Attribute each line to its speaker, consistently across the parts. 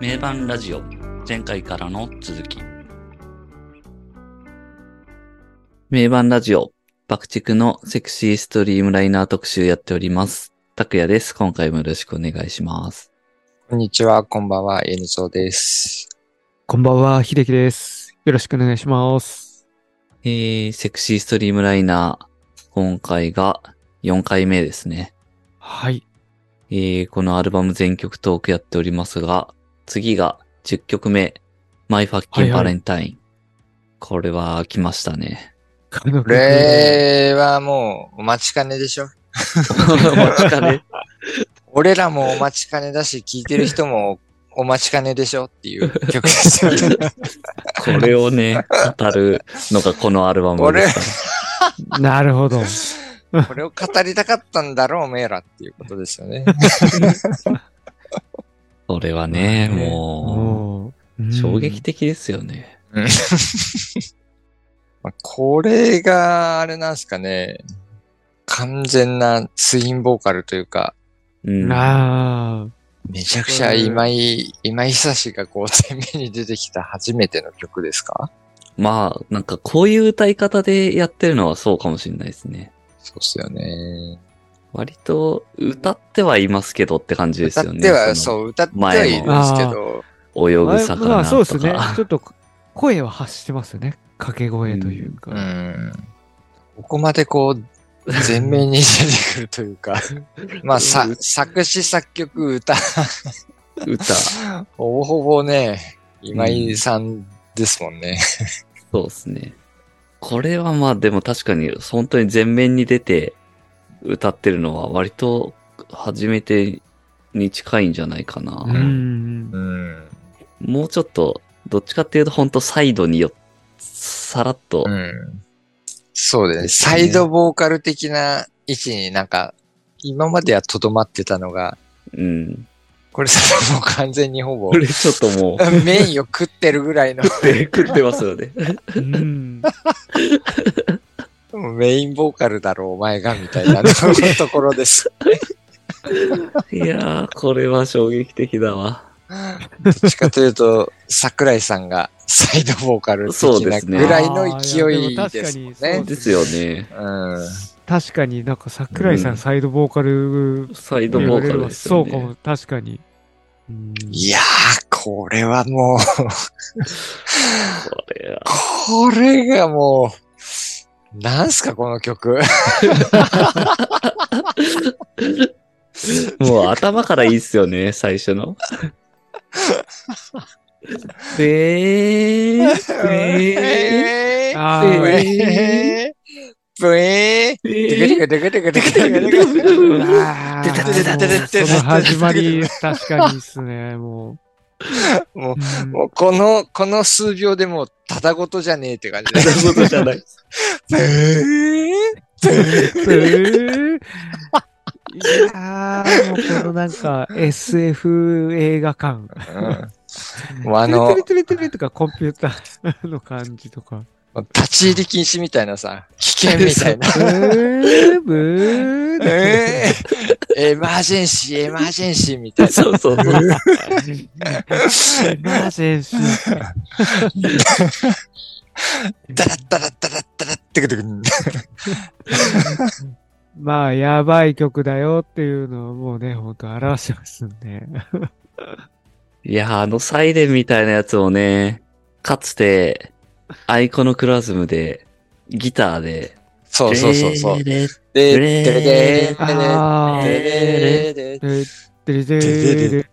Speaker 1: 名盤ラジオ前回からの続き名盤ラジオ爆竹のセクシーストリームライナー特集やっております拓也です今回もよろしくお願いします
Speaker 2: こんにちは、こんばんは、えにそうです。
Speaker 3: こんばんは、秀樹です。よろしくお願いします。
Speaker 1: えー、セクシーストリームライナー今回が4回目ですね
Speaker 3: はい。
Speaker 1: えーこのアルバム全曲トークやっておりますが、次が10曲目、マイファッキ
Speaker 3: はい
Speaker 1: ン
Speaker 3: は
Speaker 1: バレ
Speaker 3: い
Speaker 1: ンタイン。これは来ました ね。
Speaker 3: この
Speaker 2: これはもう、お待ちかねでしょ
Speaker 1: お待ちかね。
Speaker 2: 俺らもお待ちかねだし、聴いてる人もお待ちかねでしょっ ていう曲ですよね。
Speaker 1: これをね、語るのがこのアルバムです
Speaker 3: なるほど。
Speaker 2: これを語りたかったんだろう、おめえらっていうことですよね。
Speaker 1: から。これはね、
Speaker 2: ね
Speaker 1: も
Speaker 3: お
Speaker 1: う、
Speaker 3: ー
Speaker 1: 衝撃。的ですよね。
Speaker 2: まあこれが、あれなんですかね。完全なツインボーカルというか、
Speaker 1: うん。
Speaker 3: ああ。
Speaker 2: めちゃくちゃ今井、今井久志がこう、前面に出てきた初めての曲ですか
Speaker 1: まあ、なんかこういう歌い方でやってるのはそうかもしれないですね。
Speaker 2: そうっすよね。
Speaker 1: 割と歌ってはいますけどって感じですよね。
Speaker 2: 歌って
Speaker 1: その
Speaker 2: は、そう、歌ってはいるんですけど、
Speaker 1: 泳ぐ
Speaker 3: あま
Speaker 1: 魚
Speaker 3: あ、そうで
Speaker 1: と
Speaker 3: すね
Speaker 1: か。。
Speaker 3: ちょっと声は発してますよね。掛け声というか。
Speaker 2: うん。ここまでこう、全面に出てくるという か、まあ、さ
Speaker 1: うん、
Speaker 2: 作詞作曲歌、
Speaker 1: 歌。
Speaker 2: ほぼほぼね、今井さんですもんね。
Speaker 1: そうですね。これはまあでも確かに本当に前面に出て歌ってるのは割と初めてに近いんじゃないか
Speaker 3: う
Speaker 1: な。
Speaker 3: ん。
Speaker 2: うん。
Speaker 1: もうちょっとどっちかっていうと本当サイドによさらっと
Speaker 2: う、ん。そうだね。
Speaker 1: ですね
Speaker 2: サイドボーカル的な位置になんか、今まではとどまってたのが、
Speaker 1: うん。
Speaker 2: これさ、もう完全に ほぼ
Speaker 1: こ、れちょっともう
Speaker 2: メインを食ってるぐらいの、
Speaker 1: 食ってます よね。
Speaker 3: うん。
Speaker 2: メインボーカルだろう、お前が、みたいなところです。
Speaker 1: いやー、これは衝撃的だわ。
Speaker 2: どっちかというと、桜井さんがサイドボーカル
Speaker 1: そう
Speaker 2: 的
Speaker 1: で
Speaker 2: な
Speaker 1: すね
Speaker 2: ぐらいの勢い
Speaker 3: あーいやで
Speaker 2: で
Speaker 3: も確か
Speaker 2: すもん
Speaker 3: に
Speaker 2: ね。
Speaker 3: そう
Speaker 1: ですよね。
Speaker 2: うん。
Speaker 3: 確かになんか桜井さ
Speaker 1: うん
Speaker 3: んサイドボーカル
Speaker 1: サイド
Speaker 3: 言
Speaker 1: ボ
Speaker 3: わ
Speaker 1: ー
Speaker 3: れ
Speaker 1: カ
Speaker 3: れ
Speaker 1: ル
Speaker 3: ば
Speaker 1: です
Speaker 3: そ
Speaker 1: よ
Speaker 3: うか
Speaker 1: ね。
Speaker 3: も、確かに。うん
Speaker 2: いやー、これはもう、
Speaker 1: これは。
Speaker 2: これがもう、なんすか、この曲。
Speaker 1: もう頭からいいっすよね、最初の。えー、えー、
Speaker 2: えー、
Speaker 3: あ
Speaker 1: ー
Speaker 3: ー
Speaker 2: えー、ブえ
Speaker 1: え
Speaker 2: ー、テクテクテクテクテクテクテクテク。
Speaker 3: あー
Speaker 1: 出た出た出た出た
Speaker 3: その始まり、確かにですね、もう。
Speaker 2: も
Speaker 3: うん
Speaker 2: もうこの、この数秒でもう、ただごとじゃねえって感じだ
Speaker 1: そうい
Speaker 2: よね。
Speaker 1: うことじゃない。
Speaker 2: えー
Speaker 3: えーいやー、もうこのなんか SF 映画感。
Speaker 2: もうあの
Speaker 3: トゥル、トゥルトゥルトゥルとかコンピューターの感じとか。
Speaker 2: 立ち入り禁止みたいなさ、危険みたいな。
Speaker 3: ブーブー
Speaker 2: えー、エマージェンシー、エマージェンシーみたい
Speaker 1: そうそうそう。
Speaker 3: エマージェンシー。
Speaker 2: な。ダラッダラッダラッダラッてくてくん。
Speaker 3: まあ、やばい曲だよっていうのをもうね、ほんと表してますんで。
Speaker 1: いやー、あのサイレンみたいなやつをね、かつて、アイコノクラズムで、ギターで、
Speaker 2: そうそうそうそう。
Speaker 1: で
Speaker 2: で、
Speaker 1: レー
Speaker 2: で、で、で、
Speaker 3: あー。
Speaker 2: で、で、
Speaker 3: ででででで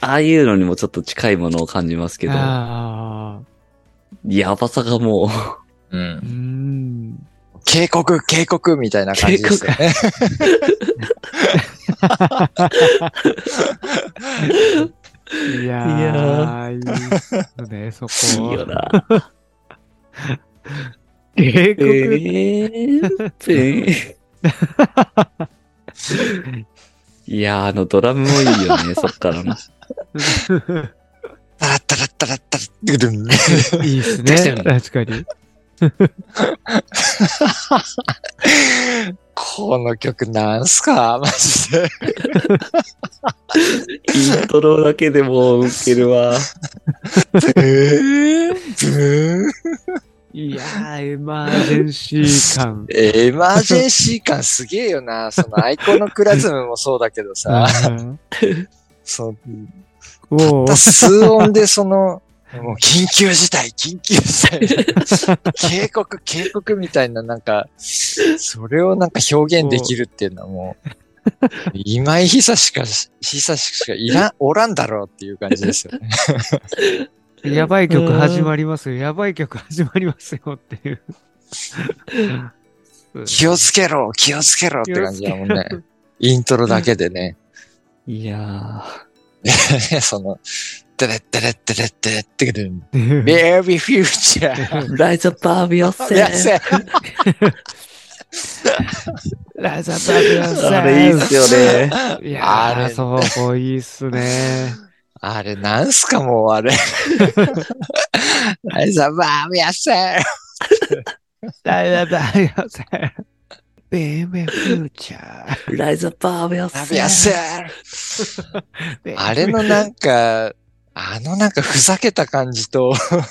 Speaker 1: ああいうのにもちょっと近いものを感じますけど、
Speaker 3: ああ。
Speaker 1: やばさがもう、
Speaker 2: う。
Speaker 3: うんん。
Speaker 2: 警告、警告みたいな感じですよね。
Speaker 3: いやー、
Speaker 1: いや
Speaker 3: いいっすね、そ
Speaker 1: いい
Speaker 3: こ。
Speaker 1: よな。
Speaker 3: 警
Speaker 1: え
Speaker 3: 告、
Speaker 1: ー、ペ ン。いやー、あのドラムもいいよね、そっからの。
Speaker 2: ダラッダラッダラッダラッてくるん。
Speaker 3: いいっす
Speaker 2: 出してる
Speaker 3: ね。確かに。
Speaker 2: この曲なんすかマジで。
Speaker 1: イントロだけでもうウケるわ。
Speaker 2: ブーブー。
Speaker 3: いやー、エマージェンシー感
Speaker 2: エマージェンシー感すげえよな。そのアイコのクラズムもそうだけどさ、
Speaker 3: あ
Speaker 2: そ
Speaker 3: ーもう
Speaker 2: の、数音でそ の、もう緊急事態、緊急事態、警告、警告みたいななんか、それをなんか表現できるっていうのはもう、今井久しか、久ししかいらん、おらんだろうっていう感じ ですよね。
Speaker 3: やばい曲始まりますよ。やばい曲始まりますよっていう。
Speaker 2: 気をつけろ、気をつけろって感じだもんね。イントロだけでね。
Speaker 1: いや
Speaker 2: その、てれってれってれってれってれって、
Speaker 3: ける。
Speaker 2: ベービーフューチャー。
Speaker 1: ー、ライズアップアビヨッセ
Speaker 2: やせ
Speaker 3: ラザタブラザ
Speaker 1: あれいいっすよね。
Speaker 3: いや
Speaker 2: あ
Speaker 3: ー、
Speaker 2: れ
Speaker 3: そう、いいっすね。
Speaker 2: あれ、なんすか、もう、あれ。あれさ、バームやせ
Speaker 3: だだだよせ。ベーベフューチャー。
Speaker 1: ライズアップアビヨ
Speaker 2: バー
Speaker 1: ッ
Speaker 2: ムや
Speaker 1: セ
Speaker 2: せあれのなんか、あのなんかふざけた感じと、かっ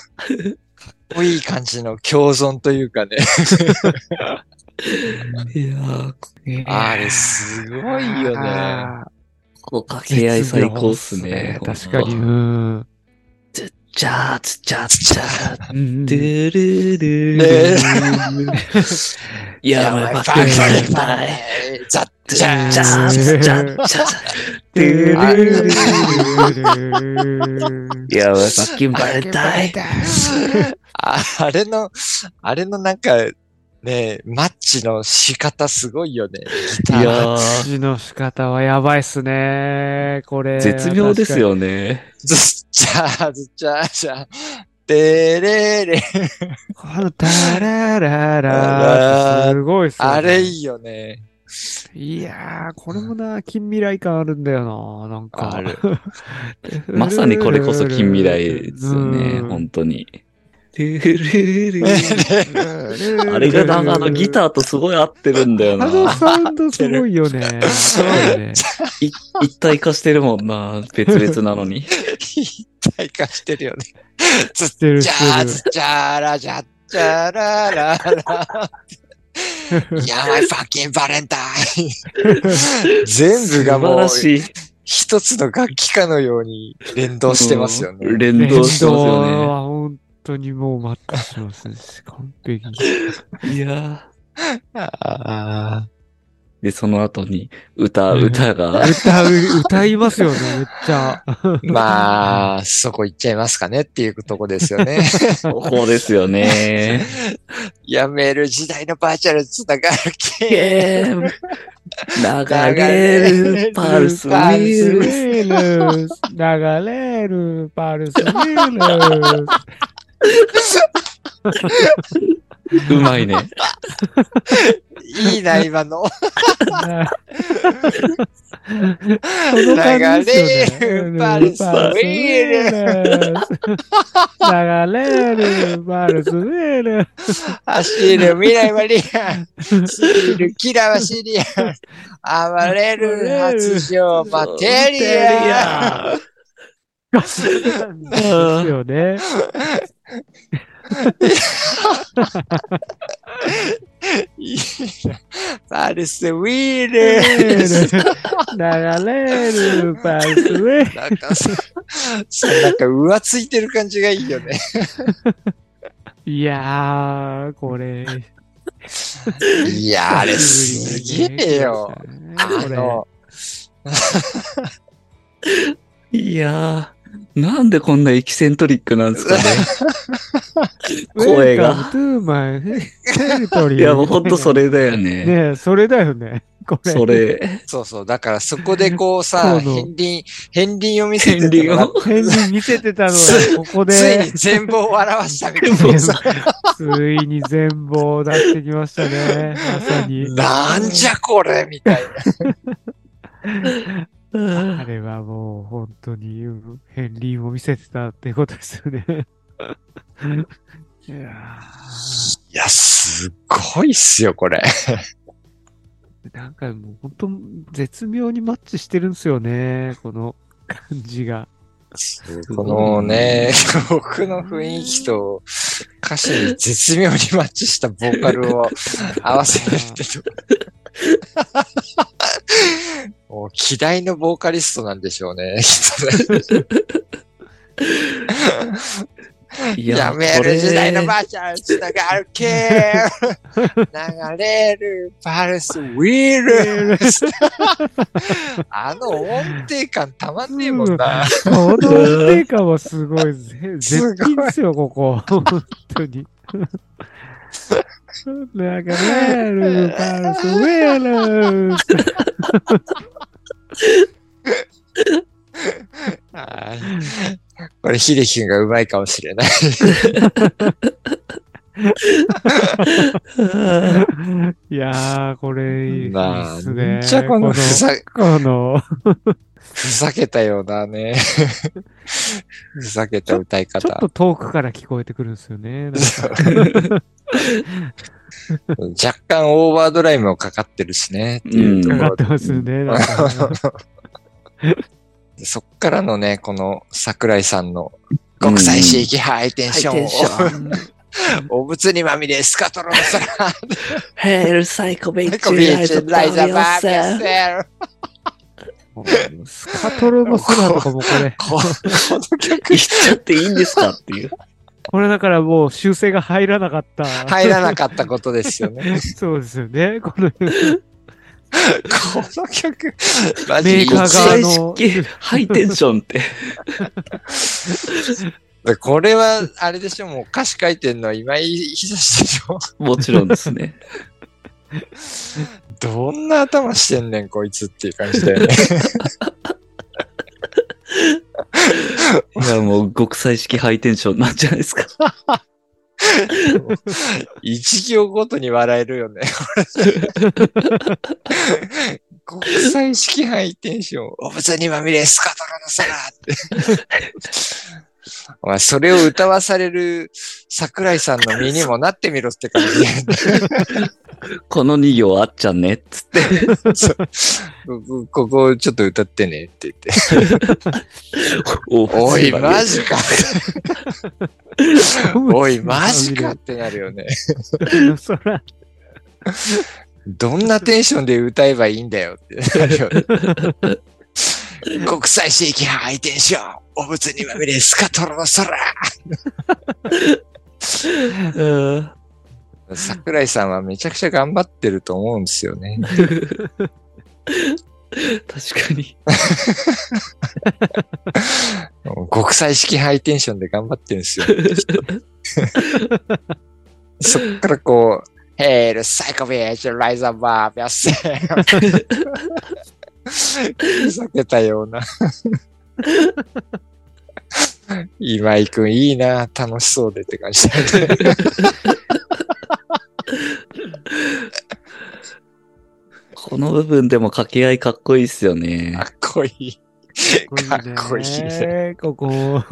Speaker 2: こいい感じの共存というかね。
Speaker 1: いやー、
Speaker 2: あれ、すごいよね。
Speaker 3: あー。
Speaker 1: この掛け合い最高っすね。
Speaker 3: 絶妙っすね確かに。うん。
Speaker 1: じゃあ、つちゃつちゃー、
Speaker 3: うん
Speaker 1: ドゥルル
Speaker 2: ね
Speaker 1: ル。やばい、バ
Speaker 2: バ
Speaker 1: ッ
Speaker 2: ー
Speaker 1: ク
Speaker 2: ム
Speaker 1: バイ
Speaker 2: バ
Speaker 1: バ
Speaker 2: ー
Speaker 1: イ。
Speaker 2: ムザッ
Speaker 1: じ
Speaker 2: ジ
Speaker 1: ゃ
Speaker 2: ャ
Speaker 1: じ
Speaker 2: ー
Speaker 1: ゃ
Speaker 2: ン
Speaker 1: じゃじゃドゥ
Speaker 3: あ
Speaker 1: ルルル。
Speaker 3: れ
Speaker 1: いやばい、バッキンバレたい。
Speaker 2: ああれの、あれのなんか、ねマッチの仕方すごいよね。
Speaker 1: い
Speaker 2: ギター
Speaker 1: やー、
Speaker 3: 字の仕方はやばいっすね。これ。
Speaker 1: 絶妙ですよね。
Speaker 2: ずっちゃーずっちゃーじゃー。でれれ。
Speaker 3: 確かに。このタラララってすごいっすよね
Speaker 2: あれいいよね。
Speaker 3: いやー、これもな、近未来感あるんだよな、なんか。
Speaker 2: ある
Speaker 1: まさにこれこそ近未来ですよね、本当に。ドゥルルル。あれがなんかあのギ
Speaker 3: ー
Speaker 1: ターとすごい合ってるんだよ
Speaker 3: あの
Speaker 1: な。
Speaker 3: サウンドすごい よね。すごいよね。
Speaker 1: い一体化してるもんな、別々なのに。
Speaker 2: 一体化してるよね。ずっ
Speaker 3: してる
Speaker 2: ちゃ
Speaker 3: して
Speaker 2: ー
Speaker 3: る
Speaker 2: ずっちゃーらじゃっちゃーららら。やばい、ファッキンバレンタイン。全部
Speaker 1: 素
Speaker 2: が
Speaker 1: 晴
Speaker 2: もう
Speaker 1: ら、しい。
Speaker 2: 一つの楽器かのように連動してますよね。
Speaker 1: うん連動してます
Speaker 3: 連動
Speaker 1: よ
Speaker 3: は本当にもうマッチしますね。完璧。
Speaker 1: ね。いや
Speaker 2: あ
Speaker 1: ーで、その後に歌、
Speaker 3: うん
Speaker 1: 歌が、
Speaker 3: 歌う、歌いま すよね、めっちゃ。
Speaker 2: ーまあ、そこ行っちゃいますかねっていうとこですよね。
Speaker 1: ここですよね。
Speaker 2: やめる時代のバーチャルつながる系。
Speaker 1: ゲーム、流れるパルスウ
Speaker 2: パルス
Speaker 1: ィ
Speaker 2: ウ
Speaker 1: ルス。
Speaker 3: ィールス流れるパルスウィールス
Speaker 1: うまいね。
Speaker 2: いいな、今の。
Speaker 3: なその感じですよね。
Speaker 2: 流れるパルスウィ
Speaker 3: 流れるパルスウィールス
Speaker 2: 走る未来はリアル。スリルキラーはシリアル。暴れる発情バテリア。
Speaker 3: ですよね。
Speaker 2: いいなパルスウィール。
Speaker 3: 流れるパルスウェイ
Speaker 2: なんかさ、そうなんか、うわついてる感じがいいよね。
Speaker 3: いやー、これ。
Speaker 2: いやー、あれすげえよ。。あ
Speaker 3: これ。
Speaker 2: の、
Speaker 1: いやー、なんでこんなエキセントリックなんですかね。声が
Speaker 3: Welcome to my territory.
Speaker 1: いや、もうほんとそれだよね。
Speaker 3: ねえ、それだよね。これ。
Speaker 1: そ。 れ。
Speaker 2: そうそう。だからそこでこうさ、
Speaker 3: そう
Speaker 2: 片
Speaker 3: そう
Speaker 2: 鱗、片鱗を見せてたのが
Speaker 1: 片鱗
Speaker 3: 変に見せてたの
Speaker 2: つ
Speaker 3: が、ここ
Speaker 2: ついに
Speaker 3: で。
Speaker 2: 全貌を表したみたい
Speaker 3: 全
Speaker 2: な
Speaker 3: 部
Speaker 2: さ。
Speaker 3: ついに全貌を出してきましたね。まさに。
Speaker 2: なんじゃこれみたいな。
Speaker 3: あれはもう本当にうん片鱗を見せてたってことですよね。いや
Speaker 2: いや、すごいっすよ、これ。
Speaker 3: なんかもう本当絶妙にマッチしてるんですよね、この感じが。
Speaker 2: このね、僕の雰囲気と歌詞に絶妙にマッチしたボーカルを合わせるってどもう嫌いのボーカリストなんでしょうね、きっとね
Speaker 1: い
Speaker 2: やめる時代のばあちゃん、つながるけー流れるパルス、ウィールあの音程感たまんねえもんな。
Speaker 3: この安定感はすごい。ぜ絶品ですよ、ここ。 本当に。なんか、ウェルパルス、ウェル
Speaker 2: はいこれ、秀樹がうまいかもしれない。
Speaker 1: うん
Speaker 3: いやー、これいいですね。
Speaker 2: じゃあこの
Speaker 3: こ
Speaker 2: ふざ、
Speaker 3: の、この
Speaker 2: ふざけたようなね、 ふざけた歌い
Speaker 3: ちょっ
Speaker 2: 方
Speaker 3: と。遠くから聞こえてくるんですよね。なんか
Speaker 2: 若干オーバードライブもかかってるしね、っていうとこ
Speaker 3: か
Speaker 2: ろ
Speaker 3: か
Speaker 2: で
Speaker 3: ってますね。なんか
Speaker 2: そっからのね、この桜井さんの国際刺激ハイテンションを、 お物にまみれスカトロの空、
Speaker 1: ヘルサイコベイ
Speaker 2: コ
Speaker 1: チ
Speaker 2: ビ
Speaker 1: ラ
Speaker 2: ー
Speaker 1: イ
Speaker 2: チ
Speaker 1: ト
Speaker 2: ラ
Speaker 1: バ
Speaker 2: イザーバー
Speaker 1: ー
Speaker 2: ビ
Speaker 1: ビ
Speaker 2: ー
Speaker 1: セ
Speaker 2: セル。
Speaker 3: スカトロの空とかもこ れ、
Speaker 2: この曲
Speaker 1: 言っちゃっていいんですかっていう。
Speaker 3: これだからもう修正が入らなかった。
Speaker 2: 入らなかったことですよ ね。
Speaker 3: そうですよね。こ の
Speaker 2: この曲、マ
Speaker 1: 国
Speaker 2: ジ
Speaker 3: メーカー側
Speaker 1: 際
Speaker 3: の
Speaker 1: 式ハイテンションって。
Speaker 2: でこれは、あれでしょ、もう歌詞書いてんのは今井久志でしょ。
Speaker 1: もちろんですね。
Speaker 2: どんな頭してんねん、こいつっていう感じだよね。
Speaker 1: いや、もう国際式ハイテンションなんじゃないですか。
Speaker 2: 一行ごとに笑えるよね。 国際式範囲テンション、お物にまみれスカトロの空って。 お前、それを歌わされる桜井さんの身にもなってみろって感じ
Speaker 1: この2行あっちゃんね、つって。
Speaker 2: こここちょっと歌ってねって言って。
Speaker 1: お
Speaker 2: お い、マ
Speaker 1: ジ
Speaker 2: ジか。おい、マジかってなるよね。
Speaker 3: 空。
Speaker 2: どんなテンションで歌えばいいんだよって なるよね。国際刺激ハイテンション、お物にまみれスカトロの空
Speaker 1: うん
Speaker 2: 桜井さんはめちゃくちゃ頑張ってると思うんですよね。
Speaker 1: 確かに。
Speaker 2: 国際式ハイテンションで頑張ってるんです よ。そっからこう、ヘール、サイコビーチ、ライザーバー、ビャッセー。 ふざけたような。今井くんいいな、楽しそうでって感じだよね。
Speaker 1: この部分でも掛け合いかっこいいっすよね
Speaker 2: か。っこいい。かっこいいね。
Speaker 3: ね。ここ。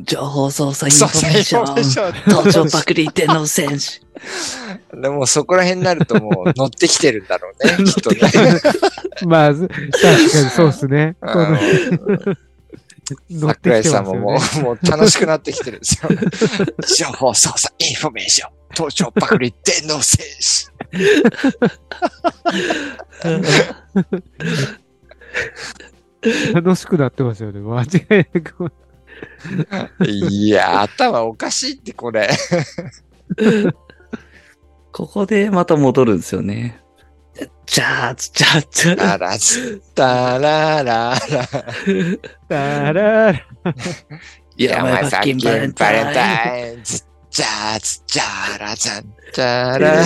Speaker 1: 情報操作インフ
Speaker 2: そう、
Speaker 1: ォメー
Speaker 2: 最
Speaker 1: ショ
Speaker 2: 高でし
Speaker 1: ン。
Speaker 2: ょ。
Speaker 1: 登場パクリ天皇戦士。
Speaker 2: でもそこら辺になるともう乗ってきてるんだろうね、 きっとね。
Speaker 3: まあ、確かにそうですね。こ
Speaker 2: あ
Speaker 3: の
Speaker 2: の
Speaker 3: 乗って
Speaker 2: 桜井
Speaker 3: きて
Speaker 2: さ
Speaker 3: ま
Speaker 2: んも
Speaker 3: すよ
Speaker 2: も
Speaker 3: ね。
Speaker 2: う、もう楽しくなってきてるんですよ。情報操作、インフォメーション、盗聴パクリ、電脳戦士。
Speaker 3: 楽しくなってますよね。間違いなく。
Speaker 2: いや、頭おかしいってこれ。
Speaker 1: ここでまた戻るんですよね。じゃあ、じゃあ、じゃあ。
Speaker 2: あらず、たららら。
Speaker 3: だらら
Speaker 1: いや、
Speaker 2: お
Speaker 1: お前
Speaker 2: 前
Speaker 1: さ
Speaker 2: さ
Speaker 1: っ
Speaker 2: っ
Speaker 1: き
Speaker 2: き
Speaker 1: バ
Speaker 2: バ
Speaker 1: レ
Speaker 2: レ
Speaker 1: ン
Speaker 2: ン
Speaker 1: タイン。
Speaker 2: タイン、ずじゃあ、ずじゃらざん、じゃら。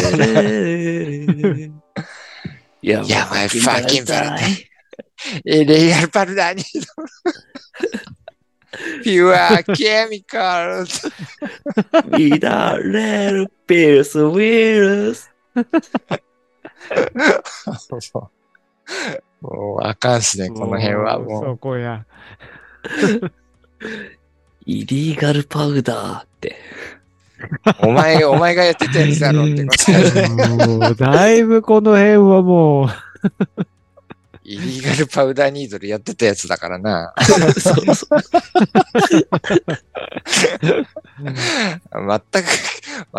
Speaker 1: いや、
Speaker 2: Yeah, my fucking
Speaker 1: イン。
Speaker 2: イレイアルパルダニード。ピュアケミカ ル。
Speaker 1: 乱れるピルスウイルス。
Speaker 2: もうあかんっすね、この辺はもう。
Speaker 3: そこや。
Speaker 1: イリーガルパウダーって。
Speaker 2: お前、お前がやってたやつだろってことだよね。
Speaker 3: もうだいぶこの辺はもう、
Speaker 2: イリーガルパウダーニードルやってたやつだからな。
Speaker 1: そうそう
Speaker 2: 全く、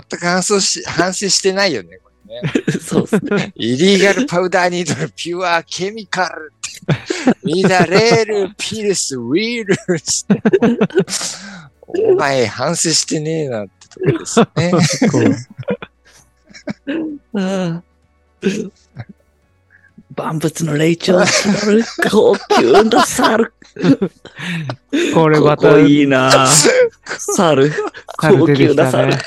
Speaker 2: 全く反省し、反省してないよね。これね
Speaker 1: そうですね。
Speaker 2: イリーガルパウダーニードル、ピュアケミカルって。みんなレール、ピルス、ウィールスって。お前、反省してねえなってとこですね。
Speaker 3: こ
Speaker 1: あ
Speaker 3: う
Speaker 1: ー万物の霊長絞る、高級な猿。
Speaker 3: これま
Speaker 1: こ
Speaker 3: た
Speaker 1: こ、いいな猿。
Speaker 3: 猿
Speaker 1: 高
Speaker 3: 出て
Speaker 1: 級
Speaker 3: き
Speaker 1: な
Speaker 3: た
Speaker 1: 猿
Speaker 3: ね。。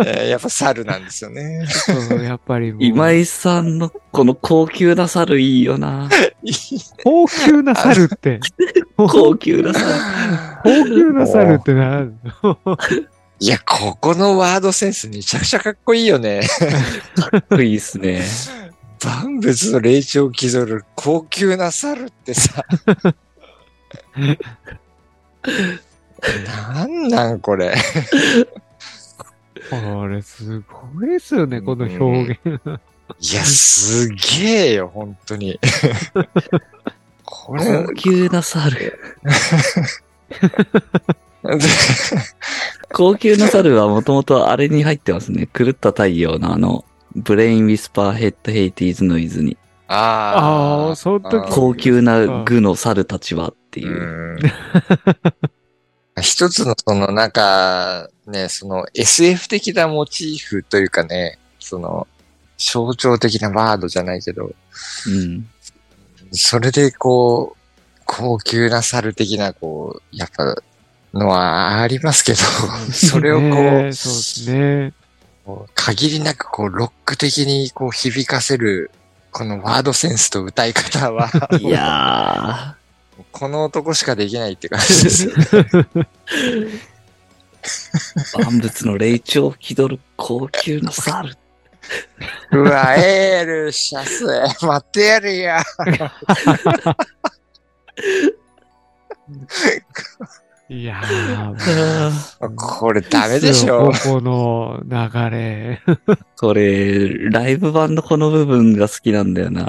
Speaker 2: えーやっぱ猿なんですよね。
Speaker 3: そうやっぱりもう。
Speaker 1: 今井さんのこの高級な猿いいよな。
Speaker 3: 高級な猿って、
Speaker 1: 高級な猿。
Speaker 3: 高級な猿ってなん
Speaker 2: いや、ここのワードセンスめちゃくちゃかっこいいよね。
Speaker 1: かっこいいっすね。
Speaker 2: 万物の霊長を気取る高級な猿って さ。なんなんこれ。
Speaker 3: これすごいですよね、この表現。
Speaker 2: いや、すげえよ、本当に。これ
Speaker 1: 高、級な猿。高級な猿はもともとあれに入ってますね。狂った太陽のあの、ブレインウィスパーヘッドヘイティーズノイズに。
Speaker 3: あ
Speaker 2: あ
Speaker 3: あ、その時
Speaker 2: あー
Speaker 1: 高級な具の猿たちはっていう。
Speaker 2: うん一つのそのなんか、ね、その SF 的なモチーフというかね、その象徴的なワードじゃないけど、
Speaker 1: うん。
Speaker 2: それでこう、高級な猿的なこう、やっぱ、のはありますけど、それを
Speaker 3: ね
Speaker 2: こ
Speaker 3: えそうですね。
Speaker 2: う、限りなくこう、ロック的にこう響かせる、このワードセンスと歌い方は、
Speaker 1: いや
Speaker 2: この男しかできないって感じですよね。
Speaker 1: ー、万物の霊長を気取る高級な猿。
Speaker 2: うわ、エール、シャス、待ってやるや。
Speaker 3: いやー、
Speaker 2: これダメでしょ。
Speaker 3: ここの流れ。
Speaker 1: これ、ライブ版のこの部分が好きなんだよな。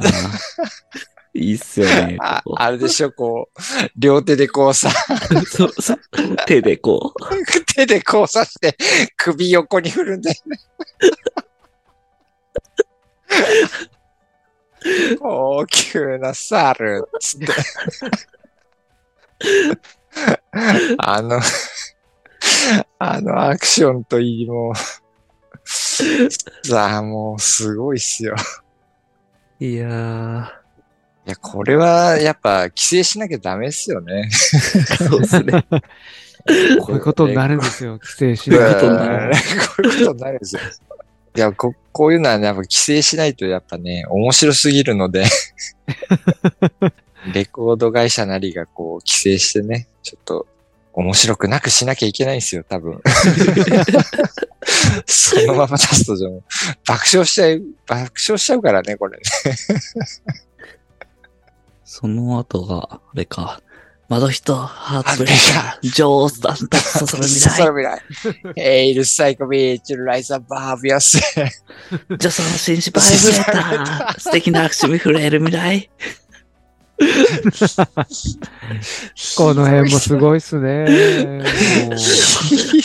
Speaker 1: いいっすよね。
Speaker 2: あ
Speaker 1: ここ
Speaker 2: あれでしょ、こう、両手でこうさ、
Speaker 1: そうそう手でこう。
Speaker 2: 手でこうさして、首横に振るんだよね。高級な猿、つって。あの、あのアクションといい、もう、さあ、もうすごいっすよ。
Speaker 1: いやー。
Speaker 2: いや、これはやっぱ規制しなきゃダメですよね。
Speaker 1: そうですね。
Speaker 3: こういうことになるんですよ、規制し
Speaker 2: こう
Speaker 3: ないいうと
Speaker 2: ことにな
Speaker 3: な
Speaker 2: る。こういうことになるんですよ。いや、こ、こういうのはね、やっぱ規制しないとやっぱね、面白すぎるので、レコード会社なりがこう規制してね、ちょっと面白くなくしなきゃいけないんですよ、多分。そのまま出すとじゃもう爆笑しちゃう、爆笑しちゃうからね、これね。
Speaker 1: その後が、あれか。窓人、ハー
Speaker 2: あ
Speaker 1: ト
Speaker 2: れ
Speaker 1: ブレイカー、女王さんとそそる未 来、
Speaker 2: そそる未来。エイルサイコビーチ、ライザーバービア ス。
Speaker 1: 女装の紳士バイブレータ ー、素敵な握手に触れる未来。
Speaker 3: この辺もすごいっすね。 もう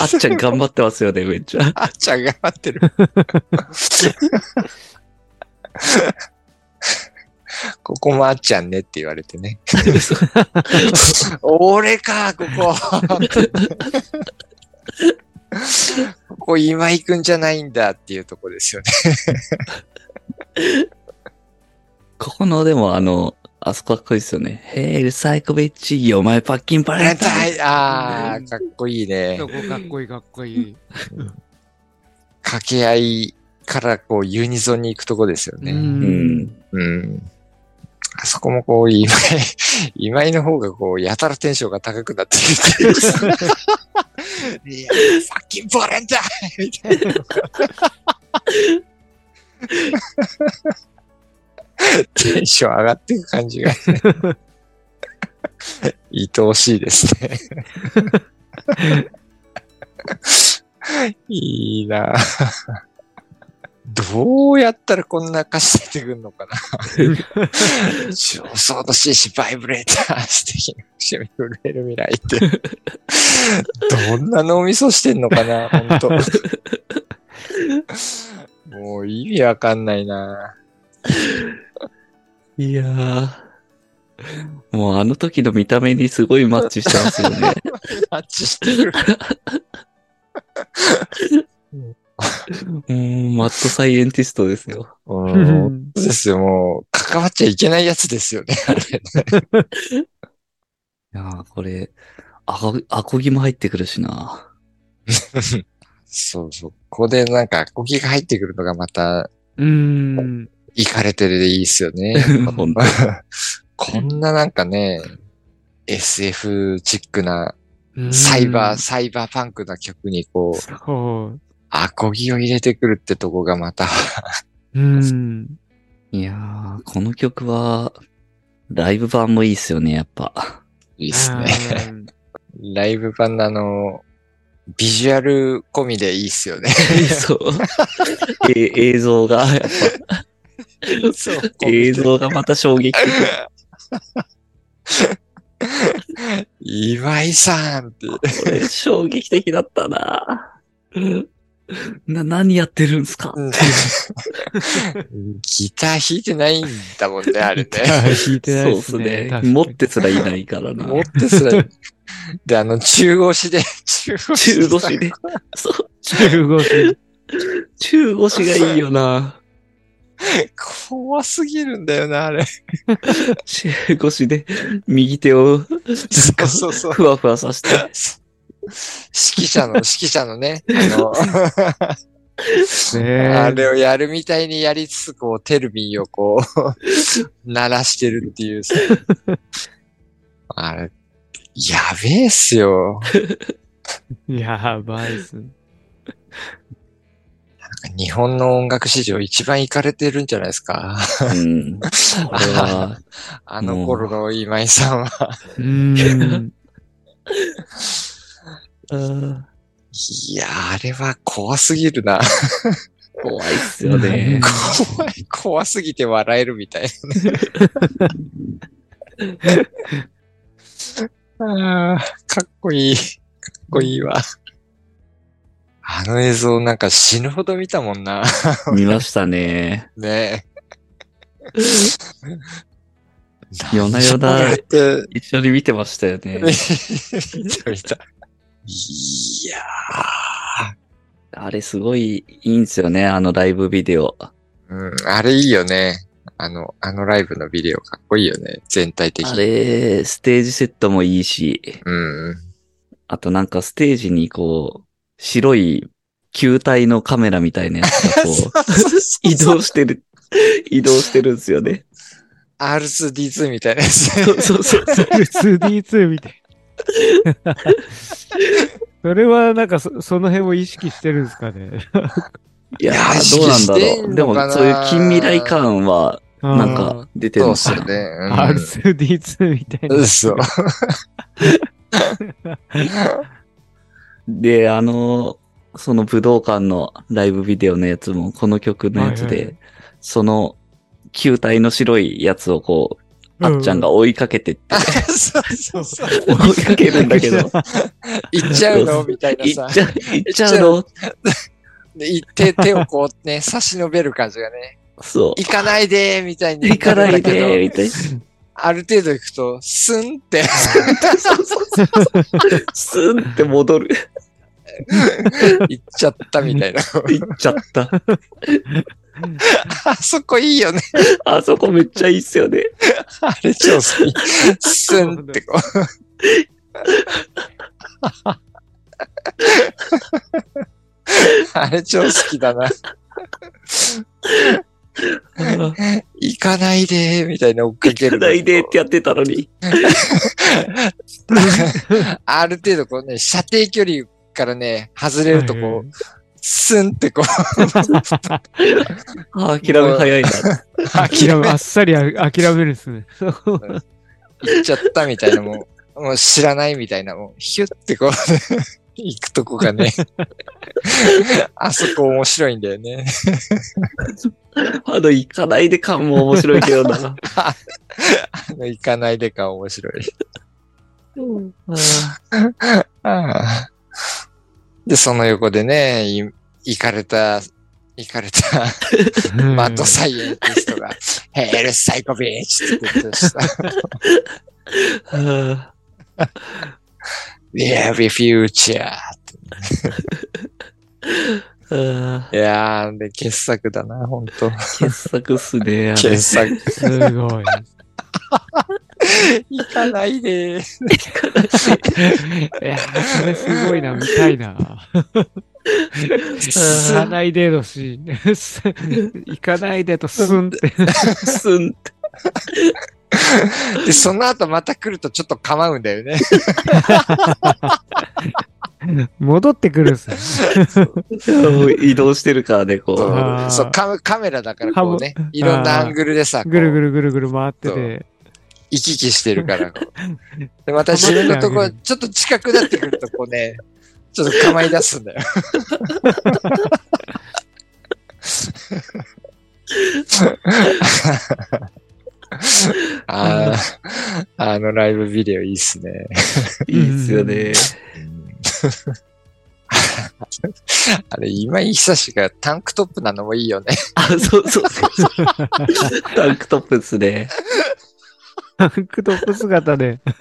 Speaker 1: あっちゃん頑張ってますよね、めっちゃ。
Speaker 2: あっちゃん頑張ってる。ここもあっちゃんねって言われてね。俺か、ここ。ここ今井くんじゃないんだっていうとこですよね。
Speaker 1: ここの、でもあの、あそこかっこいいですよね。ヘイルサイコビッチ、よまえパッキンバ
Speaker 2: バ
Speaker 1: レ
Speaker 2: レ
Speaker 1: ン
Speaker 2: ンタ
Speaker 1: タイン。
Speaker 2: インあー、かっこいいね
Speaker 3: そ。こかっこいいかっこいい。
Speaker 2: 掛け合いからこうユニゾンに行くとこですよ
Speaker 3: う
Speaker 2: ね。
Speaker 1: うん
Speaker 3: ん。。
Speaker 2: うん。あそこもこう、今井、 今井の方がこう、やたらテンションが高くなってるっていう。いや、さっきバレンタインみたいな。テンション上がっていく感じが、ね。愛おしいですね。 いいなぁどうやったらこんな歌詞出てくんのかな上層の紳士バイブレーター素敵な節目震える未来って。 どんな脳みそしてんのかな本 当もう意味わかんないない
Speaker 1: やー。もうあの時の見た目にすごいマッチしたんですよね。
Speaker 2: ぁマッチしてる。
Speaker 1: うん、マッドサイエンティストですよ。
Speaker 2: うんそうですよ、もう、関わっちゃいけないやつですよね、あれ。
Speaker 1: いやーこれ、あこ、あこぎも入ってくるしな。
Speaker 2: そうそう。ここでなんか、コキが入ってくるのがまた、
Speaker 3: うん。
Speaker 2: イカれてるでいいっすよね。
Speaker 1: ほんと
Speaker 2: こんななんかね、SF チックな、サイバー、サイバーパンクな曲にこう、
Speaker 3: そ
Speaker 2: アコギを入れてくるってとこがまた、
Speaker 3: う。うん。
Speaker 1: いやー、この曲は、ライブ版もいいっすよね、やっぱ。
Speaker 2: いい
Speaker 3: い
Speaker 2: っすね。ライブ版のあの、ビジュアル込みでいいっすよね。
Speaker 1: そう。え映像が、やっ
Speaker 2: そう
Speaker 1: ぱ、映像がまた衝撃。
Speaker 2: 岩井さんって。
Speaker 1: これ、衝撃的だったなな、何やってるんすか
Speaker 2: ギター弾いてないんだもんね、あれね。
Speaker 3: 弾いてないっ
Speaker 1: そ
Speaker 3: す
Speaker 1: う
Speaker 3: ね。
Speaker 1: っ
Speaker 3: 確かに
Speaker 1: 持ってすらいないからな。
Speaker 2: 持ってすら。で、あの、中腰で、中腰
Speaker 1: 中腰で。そう。
Speaker 3: 中腰。
Speaker 1: 中腰がいいよな。
Speaker 2: 怖すぎるんだよな、あれ。
Speaker 1: 中腰で、右手を、
Speaker 2: そうそうそう。
Speaker 1: ふわふわさせて。
Speaker 2: 指揮者 の、指揮者のね、あの、
Speaker 3: ね
Speaker 2: あれをやるみたいにやりつつ、こう、テルミンを こう、鳴らしてるっていうさ。あれ、やべえっすよ。
Speaker 3: やばいっ すね。
Speaker 2: 日本の音楽史上一番イかれてるんじゃないですか。
Speaker 1: うん。これは、
Speaker 2: あの頃の今井さんは。
Speaker 3: うん。
Speaker 1: うん
Speaker 2: いや、あれは怖すぎるな。
Speaker 1: 怖いっすよ
Speaker 3: う
Speaker 1: ね
Speaker 3: ん。
Speaker 2: 怖い、 怖すぎて笑えるみたいなね。ああ、かっこいい。かっこいいわ。あの映像なんか死ぬほど見たもんな。
Speaker 1: 見ましたね。
Speaker 2: ねえ。
Speaker 1: 夜な夜な
Speaker 2: やって
Speaker 1: 一緒に見てましたよね。
Speaker 2: 見た見た。いや
Speaker 1: あれすごいいいんですよね、あのライブビデオ。
Speaker 2: ー、うん、あれいいよね。あの、あのライブのビデオかっこいいよね。全体的
Speaker 1: あ
Speaker 2: に。
Speaker 1: れ、ステージセットもいいし、
Speaker 2: うん。
Speaker 1: あとなんかステージにこう、白い球体のカメラみたいなやつがこ う、移動してる、移動してるんですよね。
Speaker 2: R2D2 みたいなやつ。
Speaker 1: そうそうそう。
Speaker 3: 2D2 みたいな。それはなんかそその辺を意識してるんですかね。
Speaker 1: いや
Speaker 2: いや意
Speaker 1: ー、
Speaker 2: 識
Speaker 1: どうなんだ
Speaker 2: して
Speaker 1: ろ
Speaker 2: ん
Speaker 1: う。で
Speaker 2: のかな
Speaker 1: もそういう近未来感は、
Speaker 3: な
Speaker 1: なんか出てる
Speaker 2: そう
Speaker 1: の
Speaker 2: っす
Speaker 1: か
Speaker 2: よ
Speaker 1: な。
Speaker 2: ね。
Speaker 3: R2D2 みたいな
Speaker 2: う。ん。嘘。
Speaker 1: で、あの、その武道館のライブビデオのやつも、この曲のやつ
Speaker 3: はいは
Speaker 1: で、その球体の白いやつをこう、
Speaker 3: う
Speaker 1: あっちゃんが追いかけて って、
Speaker 2: そうそうそう。
Speaker 1: 追いかけるんだけど、
Speaker 2: 行っちゃうのみたいな
Speaker 1: 行
Speaker 2: さ
Speaker 1: っ。ちゃう、行っちゃうの
Speaker 2: で行って手をこうね、差し伸べる感じがね。
Speaker 1: そう。
Speaker 2: 行かないでーみたいに。
Speaker 1: 行かないで、。みたいな。
Speaker 2: ある程度行くと、スンって。
Speaker 1: スンって戻る。
Speaker 2: 行っちゃったみたいな。
Speaker 1: 行っちゃった。
Speaker 2: あそこいいよね。
Speaker 1: あそこめっちゃいいっすよね。
Speaker 2: あれ超好き。スンってこう。あれ超好きだな。行かないでーみたいな追っかけ
Speaker 1: 行
Speaker 2: る
Speaker 1: か
Speaker 2: の
Speaker 1: な
Speaker 2: に
Speaker 1: いでってやってたのに。
Speaker 2: ある程度こうね、射程距離からね、外れるとこう、スンってこう、
Speaker 1: ああ、諦め早いな。
Speaker 3: 諦め、あっさりあ諦めるっ すね。
Speaker 2: 行っちゃったみたいな、もう、もう知らないみたいな、もう、ヒュってこう、 行くとこがね。 あそこ面白いんだよね。
Speaker 1: あの、行かないで感も面白いけどな。
Speaker 2: あの行かないでか面白い。
Speaker 1: うん
Speaker 2: ああで、その横でね、い行かれた、行かれたマッドサイエンティストが、ヘルサイコビーチって言ってました。
Speaker 1: あ
Speaker 2: We have a future!
Speaker 1: あ
Speaker 2: いやー、で、傑作だな、ほんと。
Speaker 1: 傑作っすね。あ
Speaker 2: 傑
Speaker 1: れ
Speaker 2: 作。
Speaker 3: すごい。
Speaker 2: 行かないでー。
Speaker 3: いやー、それすごいな、見たいな。行かないでのシーン。 行かないでとスンって。
Speaker 1: すん
Speaker 2: で、その後また来るとちょっと構うんだよね。
Speaker 3: 戻ってくるんすよ。
Speaker 1: 移動してるからね、こ。
Speaker 2: そう
Speaker 3: あー
Speaker 2: うカメカメラだからこうね、いろんなアングルでさ、こう
Speaker 3: ぐるぐるぐるぐる回ってて。
Speaker 2: 行き来してるから。こうで、また自分のとこ、ちょっと近くなってくると、こうね、ちょっと構い出すんだよ。あーあのライブビデオいいっすね。
Speaker 1: いいっすよね。
Speaker 2: あれ、今井久志がタンクトップなのもいいよね。
Speaker 1: あ、そうそうそう。タンクトップっすね。
Speaker 3: タンクトップ姿で。
Speaker 2: タン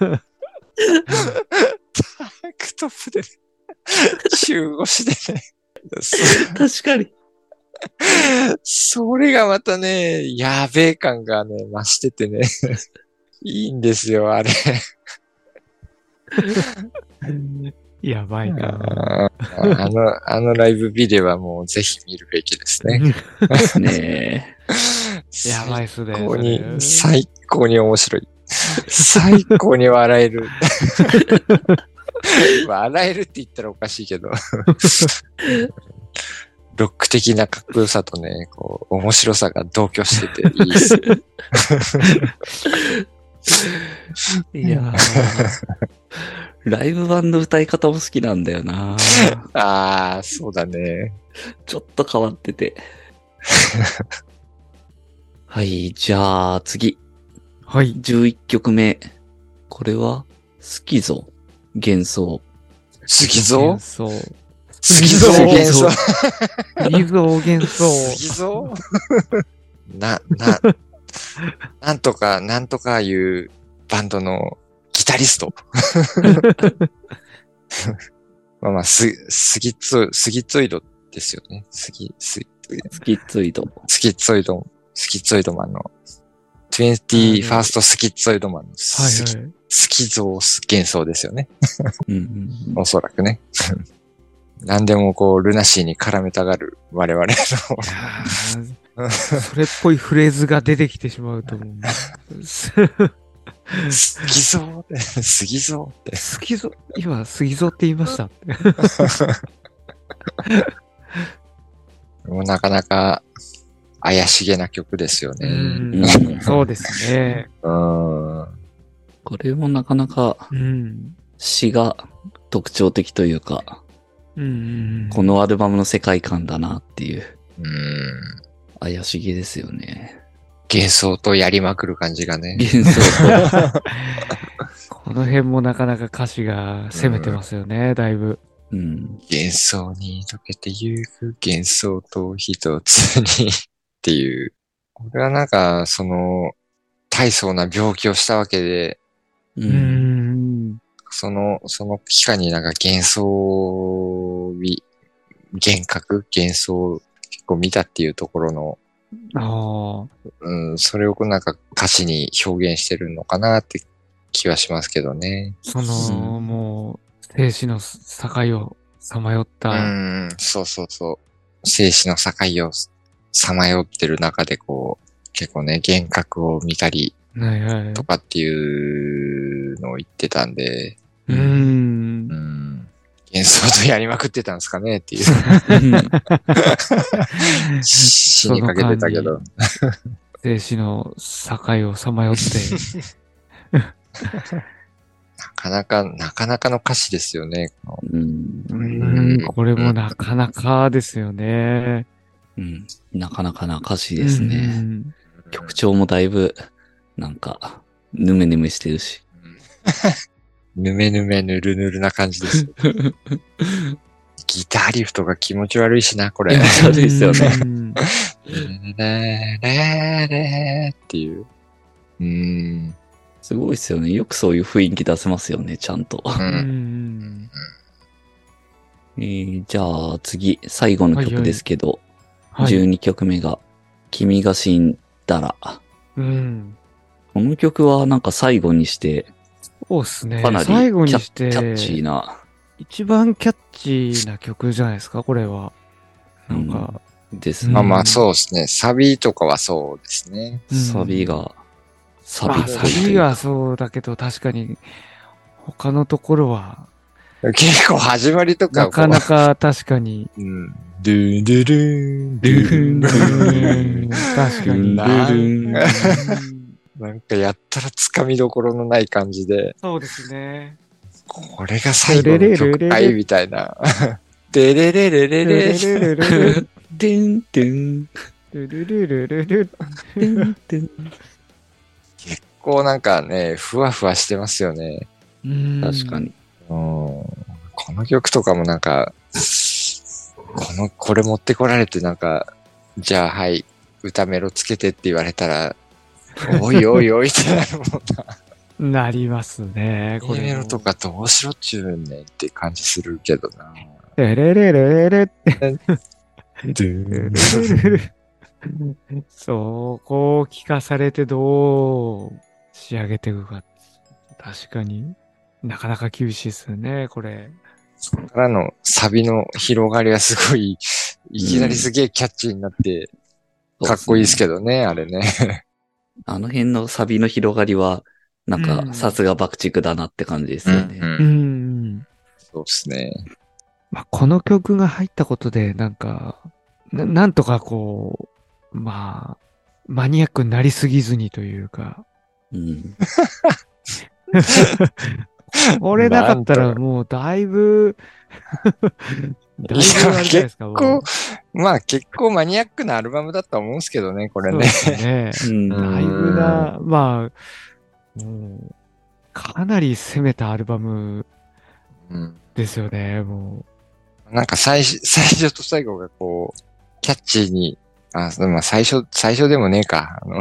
Speaker 2: クトップで、ね、中腰でね。
Speaker 1: 確かに。
Speaker 2: それがまたね、やべえ感がね、増しててね。いいんですよ、あれ。
Speaker 3: やばいな。
Speaker 2: あの、あのライブビデオはもうぜひ見るべきですね。
Speaker 1: ね
Speaker 3: やばいっすね。
Speaker 2: 最高に、
Speaker 3: そ
Speaker 2: 最高に面白い。最高に笑え る。笑えるって言ったらおかしいけど。ロック的なかっこよさとね、こう、面白さが同居してていいっ す。
Speaker 1: え。いやーライブ版の歌い方も好きなんだよな。
Speaker 2: ああ、そうだね。
Speaker 1: ちょっと変わってて。はい、じゃあ次。
Speaker 3: はい。
Speaker 1: 11曲目。これは、好きぞ。幻想。
Speaker 2: 杉蔵
Speaker 3: 幻想。
Speaker 2: 杉蔵幻想。
Speaker 3: 偽造幻想。
Speaker 2: 杉蔵 な、な、なんとか、なんとかいうバンドのギタリ スト。まあまあ、す、杉つ、杉ついどですよね。杉、杉、
Speaker 1: スキッツイド。
Speaker 2: 杉ついど、杉ついどマンの、21st スキッツイドマンの、
Speaker 3: はい
Speaker 2: 杉
Speaker 3: はい。
Speaker 2: 杉蔵幻想ですよね。
Speaker 1: うんうん
Speaker 2: おそらくね。 何でもこう、ルナシーに絡めたがる我々の
Speaker 3: いやーそれっぽいフレーズが出てきてしまうと思う。
Speaker 2: 杉蔵 って、杉蔵って。
Speaker 3: 杉蔵、今、杉蔵って言いました。
Speaker 2: もうなかなか怪しげな曲ですよ
Speaker 3: う
Speaker 2: ね。
Speaker 1: うん
Speaker 3: ん、
Speaker 1: うん。
Speaker 3: そうですね。
Speaker 2: うん。うん
Speaker 1: これもなかなか
Speaker 3: うん。
Speaker 1: 詩が特徴的というか、
Speaker 3: うんうん
Speaker 1: このアルバムの世界観だなっていう、怪しげですよね。
Speaker 2: 幻想とやりまくる感じがね。
Speaker 1: 幻想と。
Speaker 3: この辺もなかなか歌詞が攻めてますよね、だいぶ。
Speaker 1: うん。
Speaker 2: 幻想に溶けてゆく幻想と一つに っていう。これはなんか、その、大層な病気をしたわけで、
Speaker 1: う。
Speaker 3: うんん。
Speaker 2: その、その期間になんか幻想み、幻覚幻想を結構見たっていうところの
Speaker 3: あ
Speaker 2: うん、それをこうなんか歌詞に表現してるのかなって気はしますけどね
Speaker 3: あ、。その、もう、生死の境をさまよっ
Speaker 2: う
Speaker 3: た。
Speaker 2: ん、そうそうそう。生死の境をさまよってる中でこう、結構ね、幻覚を見たり
Speaker 3: はいはい。
Speaker 2: とかっていうのを言ってたんで、
Speaker 3: う
Speaker 1: うん。
Speaker 3: ん
Speaker 2: う。ん、幻想とやりまくってたんですかねっていう死にかけてたけど。
Speaker 3: 生死の境をさまよって。
Speaker 2: なかなか、なかなかの歌詞ですよね。この
Speaker 1: うん。
Speaker 2: うん
Speaker 3: これもなかなかですよね。
Speaker 1: うん。なかなかな歌詞です
Speaker 3: う
Speaker 1: ね。
Speaker 3: ん
Speaker 1: 曲調もだいぶ、なんか、ぬめぬめしてるし。
Speaker 2: ぬめぬめぬるぬるな感じです。ギターリフトが気持ち悪いしな、これ。
Speaker 1: 気
Speaker 2: ね
Speaker 1: 持ち悪いですよね。
Speaker 3: うん
Speaker 2: ーねーねーっていう。うーん。
Speaker 1: すごいですよね。よくそういう雰囲気出せますよね、ちゃんと。
Speaker 2: う。
Speaker 3: うんん
Speaker 1: えーじゃあ次、最後の曲ですけど、
Speaker 3: はい。
Speaker 1: 12曲目が、君が死んだら。
Speaker 3: うん。
Speaker 1: この曲はなんか最後にして、
Speaker 3: そうっすね
Speaker 1: かな。りキ
Speaker 3: 最後に
Speaker 1: ャ
Speaker 3: し
Speaker 1: キャッチー
Speaker 3: て、
Speaker 1: な、
Speaker 3: 一番キャッチーな曲じゃないですか、これは。なんか、
Speaker 1: です
Speaker 3: うん
Speaker 1: ね。
Speaker 2: まあまあ、そうですね。サビとかはそうですね。
Speaker 3: うん
Speaker 1: サビが、サビ
Speaker 3: ま
Speaker 1: っ
Speaker 3: あ、
Speaker 1: ぽいと
Speaker 3: サ
Speaker 1: い
Speaker 3: ビ
Speaker 1: うか。
Speaker 3: はそうだけど、確かに、他のところは、
Speaker 2: 結構始まりとか
Speaker 3: な
Speaker 2: こう
Speaker 3: かなか確かに、
Speaker 2: うん。ドゥンドゥルーン、ドゥルン、ドゥルン。
Speaker 3: 確かに。
Speaker 2: なんかやったらつかみどころのない感じで、
Speaker 3: そうですね。
Speaker 2: これが最後の曲かいみたいな。 でれれれれれ。
Speaker 3: ルルル
Speaker 1: でんてん、
Speaker 3: ルルルルル
Speaker 1: でんてん。
Speaker 2: こうなんかね、ふわふわしてますよね。
Speaker 1: 確か。に。
Speaker 2: うんこの曲とかもなんか、この、これ持ってこられてなんか、じゃあはい、歌メロつけてって言われたら、おいおいおいってなるもんな。
Speaker 3: なりますね。
Speaker 2: 歌メロと。かどうしろっちゅうんねんって感じするけどな。
Speaker 3: レレレレレそう、こう聞かされてどう仕上げていくか。確かになかなか厳しいですね、これ。
Speaker 2: そこからのサビの広がりはすごい、いきなりすげえキャッチーになって、かっこいいです
Speaker 1: ど。
Speaker 2: けどね、あれね。
Speaker 1: あの辺のサビの広がりは、なん
Speaker 3: う
Speaker 1: か、
Speaker 3: ん
Speaker 1: さすが爆竹だなって感じですよね。
Speaker 3: うんうん。
Speaker 2: そうですね。
Speaker 3: まあ、この曲が入ったことで、なんかな、なんとかこう、まあ、マニアックになりすぎずにというか、
Speaker 1: うん。
Speaker 3: これなかった
Speaker 2: なん
Speaker 3: ら
Speaker 2: と
Speaker 3: もうだいぶ、だいぶあれじゃないですか、もう
Speaker 2: 構まあ結構マニアックなアルバムだと思うんですけどね、これ
Speaker 3: そう
Speaker 2: ね
Speaker 3: で。すね。
Speaker 1: うん
Speaker 2: うん
Speaker 3: だいぶな、まあ、もう、かなり攻めたアルバム
Speaker 2: うん
Speaker 3: ですよね、も
Speaker 2: なんか最初、 最初と最後がこう、キャッチーに、あ、そうまあ最初、最初でもねえか。 あの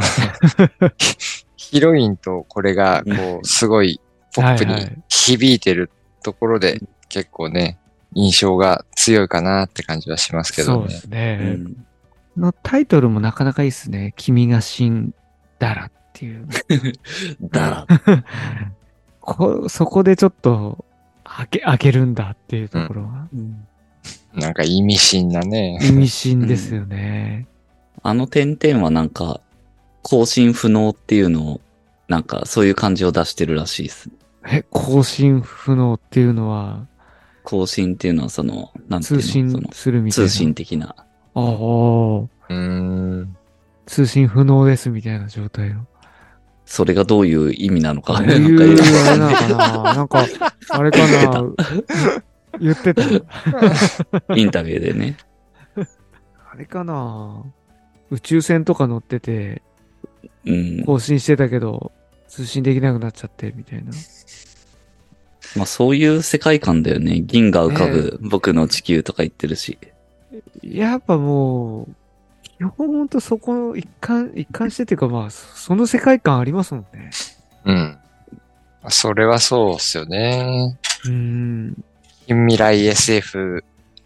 Speaker 2: ヒロインとこれが、こう、すごいポップに
Speaker 3: はいはい
Speaker 2: 響いてるところで、結構ね、印象が強いかなって感じはします
Speaker 3: う。
Speaker 2: け
Speaker 3: そ
Speaker 2: ど
Speaker 3: うで
Speaker 2: ね。
Speaker 3: す
Speaker 1: う
Speaker 3: ね。
Speaker 1: ん
Speaker 3: のタイトルもなかなかいいですね。君が死んだらっていう。
Speaker 1: だら。
Speaker 3: こそこでちょっと開け、開けるんだっていうところは、
Speaker 2: なんか意味深なね。
Speaker 3: 意味深ですよね。
Speaker 1: あの点々はなんか、更新不能っていうのを、なんか、そういう感じを出してるらしいです。
Speaker 3: え、更新不能っていうのは、
Speaker 1: 更新っていうのは、その、なんていうの
Speaker 3: 通
Speaker 1: そ
Speaker 3: 信
Speaker 1: の
Speaker 3: するみたいな。
Speaker 1: 通。信的な。
Speaker 3: ああ、
Speaker 2: うーん。
Speaker 3: 通信不能ですみたいな状態の。
Speaker 1: それがどういう意味なのか。
Speaker 3: どう
Speaker 1: なんか
Speaker 3: いうあれなのかななんか、あれかな言ってた。
Speaker 1: インタビューでね。
Speaker 3: あれかな宇宙船とか乗ってて、
Speaker 1: うん。
Speaker 3: 更新してたけど、通信できなくなっちゃって、みたいな。
Speaker 1: まあそういう世界観だよね。銀が浮かぶ僕の地球とか言ってるし。
Speaker 3: やっぱもう、基本ほんとそこの一貫、一貫してっていうかまあ、そその世界観ありますもんね。
Speaker 2: うん。それはそうっすよね。
Speaker 3: うん。
Speaker 2: 近未来 SF、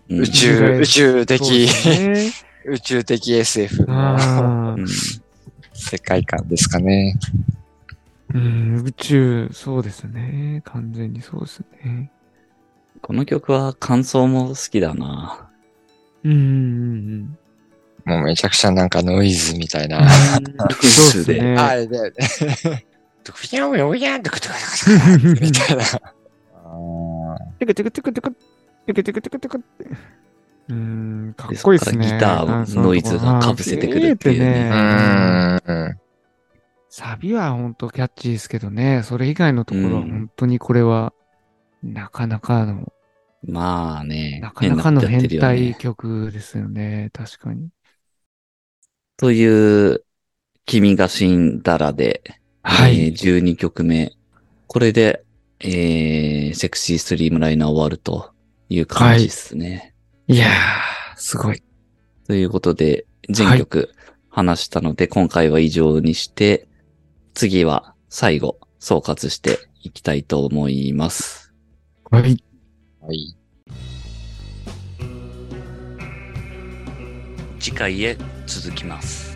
Speaker 1: うん
Speaker 2: 宇宙、宇宙的、
Speaker 3: そうですね。
Speaker 2: 宇宙的 SF の
Speaker 3: あ
Speaker 1: う
Speaker 3: ー
Speaker 1: ん
Speaker 2: 世界観ですかね。
Speaker 3: うん、宇宙、そうですね。完全にそうですね。
Speaker 1: この曲は感想も好きだな。
Speaker 3: う んうん
Speaker 2: もうめちゃくちゃなんかノイズみたいな
Speaker 3: うん。。そうですね。
Speaker 2: あれだよね。ドクニョウヨウヤンドクドクドクドクみたいな。あ
Speaker 3: テクテクテクテク、テクテクテクテクって。うん、かっこいいですね。
Speaker 1: でそっからギター
Speaker 3: なんかその
Speaker 1: ノイズが被せてくるっていうね
Speaker 3: あー綺麗ってね
Speaker 2: ーうん。
Speaker 3: サビは本当キャッチーですけどね、それ以外のところは本当にこれは、なかなかの
Speaker 1: まあね。
Speaker 3: なかなかの
Speaker 1: 変になっ
Speaker 3: 変
Speaker 1: ちゃってるよ
Speaker 3: 態
Speaker 1: ね
Speaker 3: 曲ですよね。確かに。
Speaker 1: という、君が死んだらで、
Speaker 3: は
Speaker 1: えー
Speaker 3: い。
Speaker 1: 12曲目。これで、えー、セクシーストリームライナー終わるという感じですね。
Speaker 3: いやー、すごい。
Speaker 1: ということで、全曲話したので、今回は以上にして、次は最後、総括していきたいと思います。
Speaker 3: はい。
Speaker 2: はい。
Speaker 1: 次回へ続きます。